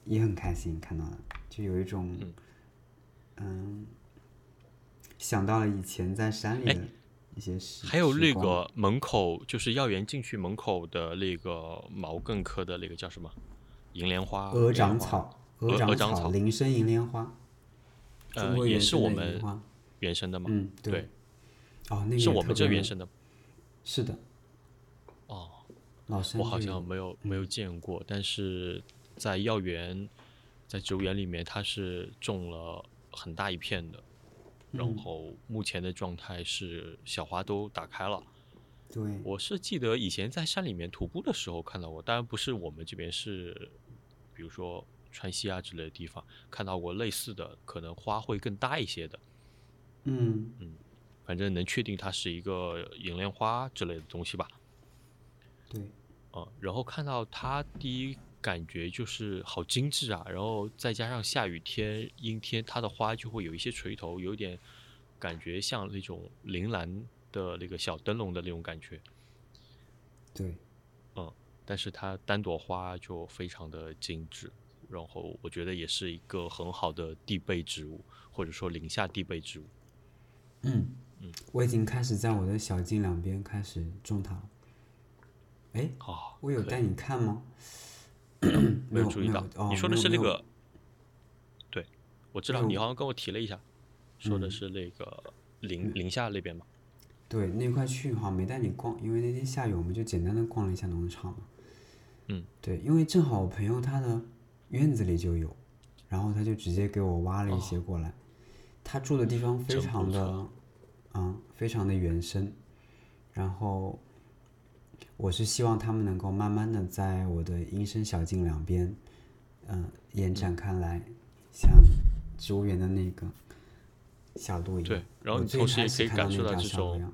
[SPEAKER 1] 也很开心看到了，就有一种，嗯，想到了以前在山里
[SPEAKER 3] 哎
[SPEAKER 1] 的一些事，
[SPEAKER 3] 还有
[SPEAKER 1] 时
[SPEAKER 3] 那
[SPEAKER 1] 光
[SPEAKER 3] 个门口，就是药园进去门口的那个毛茛科的那个叫什么？银莲花、
[SPEAKER 1] 鹅
[SPEAKER 3] 啊莲
[SPEAKER 1] 掌
[SPEAKER 3] 花
[SPEAKER 1] 草，
[SPEAKER 3] 鹅
[SPEAKER 1] 掌
[SPEAKER 3] 鹅掌草
[SPEAKER 1] 林深银莲花，嗯中
[SPEAKER 3] 呃
[SPEAKER 1] 国
[SPEAKER 3] 也
[SPEAKER 1] 原
[SPEAKER 3] 是
[SPEAKER 1] 生
[SPEAKER 3] 我
[SPEAKER 1] 的
[SPEAKER 3] 们
[SPEAKER 1] 银花，
[SPEAKER 3] 原生的嘛，
[SPEAKER 1] 嗯，
[SPEAKER 3] 对，
[SPEAKER 1] 哦，那个也
[SPEAKER 3] 是我
[SPEAKER 1] 特
[SPEAKER 3] 们这
[SPEAKER 1] 别
[SPEAKER 3] 原
[SPEAKER 1] 美
[SPEAKER 3] 生的
[SPEAKER 1] 是的，
[SPEAKER 3] 哦，
[SPEAKER 1] 老山
[SPEAKER 3] 我好
[SPEAKER 1] 这
[SPEAKER 3] 像
[SPEAKER 1] 个
[SPEAKER 3] 没有没有见过，但是在药园，在植物园里面，它是种了很大一片的，
[SPEAKER 1] 嗯
[SPEAKER 3] 然后目前的状态是小花都打开了。
[SPEAKER 1] 对，
[SPEAKER 3] 我是记得以前在山里面徒步的时候看到过，当然不是我们这边是，比如说川西啊之类的地方看到过类似的，可能花会更大一些的，
[SPEAKER 1] 嗯，
[SPEAKER 3] 反正能确定它是一个银莲花之类的东西吧。
[SPEAKER 1] 对，
[SPEAKER 3] 啊，然后看到它第一感觉就是好精致啊，然后再加上下雨天、阴天，它的花就会有一些垂头，有点感觉像那种铃兰的那个小灯笼的那种感觉，
[SPEAKER 1] 对，
[SPEAKER 3] 嗯，但是它单朵花就非常的精致，然后我觉得也是一个很好的地被植物，或者说林下地被植物。
[SPEAKER 1] 嗯，我已经开始在我的小径两边开始种它了。哎，
[SPEAKER 3] 啊，
[SPEAKER 1] 我有
[SPEAKER 3] 可以
[SPEAKER 1] 带你看吗？
[SPEAKER 3] 没
[SPEAKER 1] 有
[SPEAKER 3] 有注意到，
[SPEAKER 1] 哦
[SPEAKER 3] 你说的
[SPEAKER 1] 没有
[SPEAKER 3] 是那
[SPEAKER 1] 没有
[SPEAKER 3] 个，对，我知道
[SPEAKER 1] 没有
[SPEAKER 3] 你好像跟我提了一下，说的
[SPEAKER 1] 嗯
[SPEAKER 3] 是那个宁宁夏那边嘛。
[SPEAKER 1] 对，那块区域好像没带你逛，因为那天下雨，我们就简单的逛了一下农场嘛。
[SPEAKER 3] 嗯，
[SPEAKER 1] 对，因为正好我朋友他的院子里就有，然后他就直接给我挖了一些过来。他住的地方非
[SPEAKER 3] 真哦不
[SPEAKER 1] 常的
[SPEAKER 3] 错，
[SPEAKER 1] 嗯，非常的原生。然后我是希望他们能够慢慢的在我的音声小径两边，嗯、延展开来，像植物园的那个小路一样。
[SPEAKER 3] 对然后
[SPEAKER 1] 我
[SPEAKER 3] 你
[SPEAKER 1] 最
[SPEAKER 3] 同时
[SPEAKER 1] 开
[SPEAKER 3] 也
[SPEAKER 1] 始
[SPEAKER 3] 可以
[SPEAKER 1] 看到
[SPEAKER 3] 感受
[SPEAKER 1] 那
[SPEAKER 3] 到
[SPEAKER 1] 条
[SPEAKER 3] 这
[SPEAKER 1] 小路
[SPEAKER 3] 种
[SPEAKER 1] 样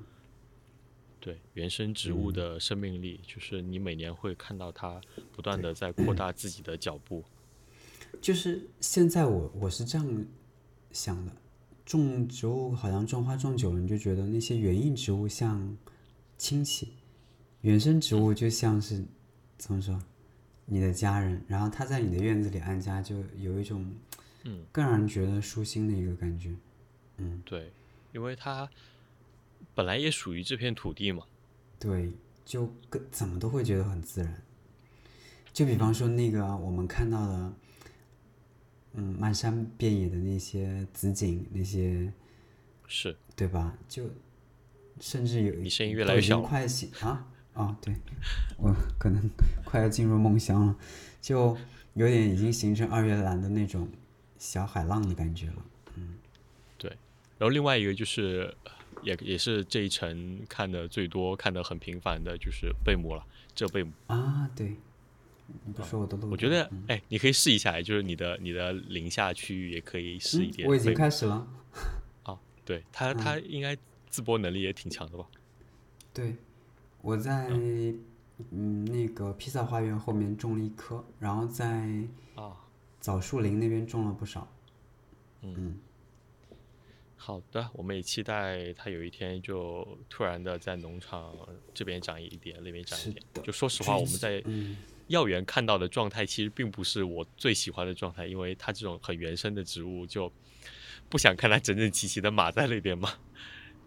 [SPEAKER 3] 对，原生植
[SPEAKER 1] 嗯
[SPEAKER 3] 物的生命力，就是你每年会看到它不断的在扩大自己的脚步。
[SPEAKER 1] 就是现在我我是这样想的，种植物好像种花种久了，你就觉得那些园艺植物像亲戚，原生植物就像是怎么说，你的家人，然后他在你的院子里安家，就有一种
[SPEAKER 3] 嗯，
[SPEAKER 1] 更让人觉得舒心的一个感觉。嗯，
[SPEAKER 3] 对，因为它本来也属于这片土地嘛。
[SPEAKER 1] 对，就跟怎么都会觉得很自然。就比方说那个啊我们看到的，嗯，漫山遍野的那些紫荆，那些
[SPEAKER 3] 是，
[SPEAKER 1] 对吧？就甚至有
[SPEAKER 3] 你声音越来越
[SPEAKER 1] 都已经
[SPEAKER 3] 小了
[SPEAKER 1] 快啊 醒啊！哦，对，我可能快要进入梦乡了。就有点已经形成二月兰的那种小海浪的感觉了。
[SPEAKER 3] 然后另外一个就是，也也是这一层看的最多、看的很频繁的就是贝母了。这贝母，
[SPEAKER 1] 啊，对，你不说我都漏掉了。
[SPEAKER 3] 我觉得
[SPEAKER 1] 嗯，
[SPEAKER 3] 哎，你可以试一下，就是你的你的零下区域也可以试一
[SPEAKER 1] 嗯
[SPEAKER 3] 点贝母。
[SPEAKER 1] 我已经开始了。
[SPEAKER 3] 啊，对他他应该自播能力也挺强的吧？
[SPEAKER 1] 对，我在嗯那个披萨花园后面种了一棵，然后在
[SPEAKER 3] 啊，
[SPEAKER 1] 枣树林那边种了不少。
[SPEAKER 3] 好的，我们也期待他有一天就突然的在农场这边长一点，那边长
[SPEAKER 1] 是
[SPEAKER 3] 一点
[SPEAKER 1] 的。
[SPEAKER 3] 就说实话，
[SPEAKER 1] 追
[SPEAKER 3] 我们在
[SPEAKER 1] 嗯，
[SPEAKER 3] 药园看到的状态其实并不是我最喜欢的状态，因为它这种很原生的植物就不想看它整整齐齐的码在那边嘛，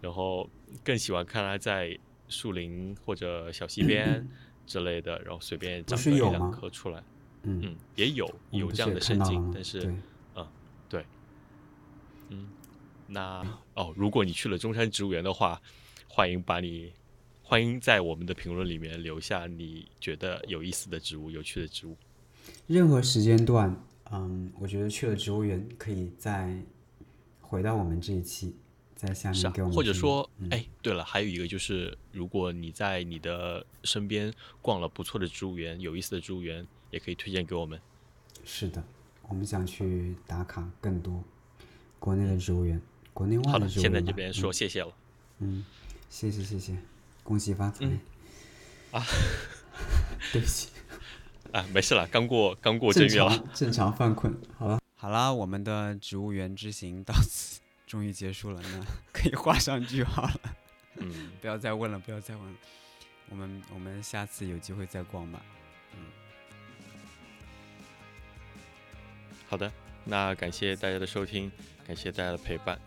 [SPEAKER 3] 然后更喜欢看它在树林或者小 溪边之类的，然后随便
[SPEAKER 1] 不
[SPEAKER 3] 长
[SPEAKER 1] 是
[SPEAKER 3] 个一
[SPEAKER 1] 有
[SPEAKER 3] 两
[SPEAKER 1] 吗
[SPEAKER 3] 棵出来。
[SPEAKER 1] 嗯
[SPEAKER 3] 嗯，也有
[SPEAKER 1] 我们
[SPEAKER 3] 有
[SPEAKER 1] 不
[SPEAKER 3] 这
[SPEAKER 1] 是
[SPEAKER 3] 样
[SPEAKER 1] 也
[SPEAKER 3] 的
[SPEAKER 1] 看
[SPEAKER 3] 盛
[SPEAKER 1] 到了
[SPEAKER 3] 景，
[SPEAKER 1] 吗
[SPEAKER 3] 但是
[SPEAKER 1] 对，
[SPEAKER 3] 对，嗯，那哦，如果你去了中山植物园的话，欢迎把你欢迎在我们的评论里面留下你觉得有意思的植物、有趣的植物。
[SPEAKER 1] 任何时间段，嗯，我觉得去了植物园可以再回到我们这一期，在下
[SPEAKER 3] 是
[SPEAKER 1] 面
[SPEAKER 3] 啊
[SPEAKER 1] 给我，们嗯
[SPEAKER 3] 或者
[SPEAKER 1] 评论
[SPEAKER 3] 说，哎，对了，还有一个就是，如果你在你的身边逛了不错的植物园、有意思的植物园，也可以推荐给我们。
[SPEAKER 1] 是的，我们想去打卡更多国内的植物园，国内外
[SPEAKER 3] 好的，
[SPEAKER 1] 的植物
[SPEAKER 3] 现
[SPEAKER 1] 园吧。
[SPEAKER 3] 在这边说谢谢了。
[SPEAKER 1] 嗯，谢谢谢谢，恭喜发
[SPEAKER 3] 嗯
[SPEAKER 1] 财。
[SPEAKER 3] 啊，
[SPEAKER 1] 对不起，
[SPEAKER 3] 啊，没事了，刚过刚过正
[SPEAKER 1] 正
[SPEAKER 3] 月了。
[SPEAKER 1] 常正常犯困，好了。好啦，我们的植物园之行到此终于结束了，那可以画上句号了。
[SPEAKER 3] 嗯，
[SPEAKER 1] 不要再问了，不要再问了。我们我们下次有机会再逛吧。
[SPEAKER 3] 好的，那感谢大家的收听，感谢大家的陪伴，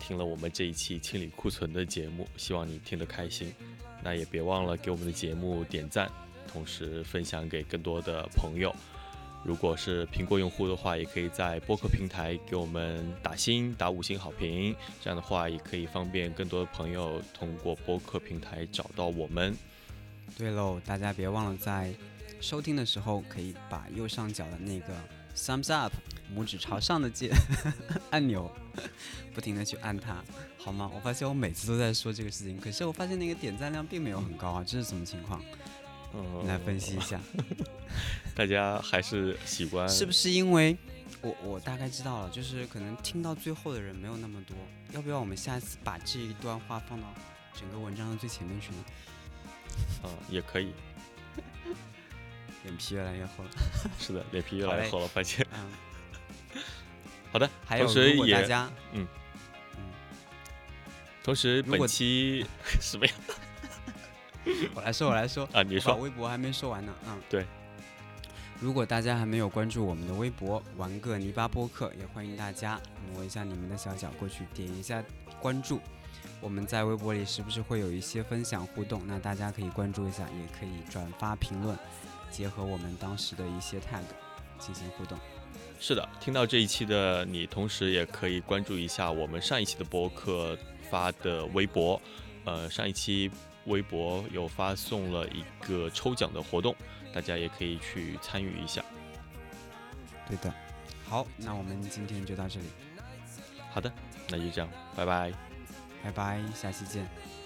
[SPEAKER 3] 听了我们这一期清理库存的节目，希望你听得开心。那也别忘了给我们的节目点赞，同时分享给更多的朋友。如果是苹果用户的话，也可以在播客平台给我们打星、打五星好评。这样的话，也可以方便更多的朋友通过播客平台找到我们。
[SPEAKER 1] 对喽，大家别忘了在收听的时候可以把右上角的那个 thumbs up 拇指朝上的键 按钮，不停的去按它，好吗？我发现我每次都在说这个事情，可是我发现那个点赞量并没有很高啊，这是什么情况？
[SPEAKER 3] 嗯
[SPEAKER 1] 你来分析一，下，
[SPEAKER 3] 大家还是喜
[SPEAKER 2] 哦
[SPEAKER 3] 欢
[SPEAKER 1] 是不是因为我我大概知道了，就是可能听到最后的人没有那么多，要不要我们下一次把这一段话放到整个文章的最前面去呢？
[SPEAKER 3] 嗯，也可以。
[SPEAKER 1] 脸皮越来越 厚了，
[SPEAKER 3] 是的，脸皮越
[SPEAKER 1] 好
[SPEAKER 3] 来越
[SPEAKER 1] 嘞
[SPEAKER 3] 厚了，发现。
[SPEAKER 1] 嗯。
[SPEAKER 3] 好的，
[SPEAKER 1] 还有，
[SPEAKER 3] 同时
[SPEAKER 1] 如果大
[SPEAKER 3] 也
[SPEAKER 1] 家，
[SPEAKER 3] 嗯
[SPEAKER 1] 嗯，
[SPEAKER 3] 同时
[SPEAKER 1] 如
[SPEAKER 3] 本
[SPEAKER 1] 果
[SPEAKER 3] 期什么呀？
[SPEAKER 1] 我来说，我来说，
[SPEAKER 3] 啊，你
[SPEAKER 1] 我把
[SPEAKER 3] 说
[SPEAKER 1] 微博还没说完呢，嗯，
[SPEAKER 3] 对。
[SPEAKER 1] 如果大家还没有关注我们的微博“玩个泥巴播客”，也欢迎大家挪一下你们的小脚过去点一下关注。我们在微博里时不时会有一些分享互动，那大家可以关注一下，也可以转发评论，结合我们当时的一些 tag 进行互动。
[SPEAKER 3] 是的，听到这一期的你，同时也可以关注一下我们上一期的播客发的微博，呃，上一期微博有发送了一个抽奖的活动，大家也可以去参与一下。
[SPEAKER 1] 对的，好，那我们今天就到这里，
[SPEAKER 3] 好的，那就这样，拜拜。
[SPEAKER 1] 拜拜，下期见。
[SPEAKER 5] 「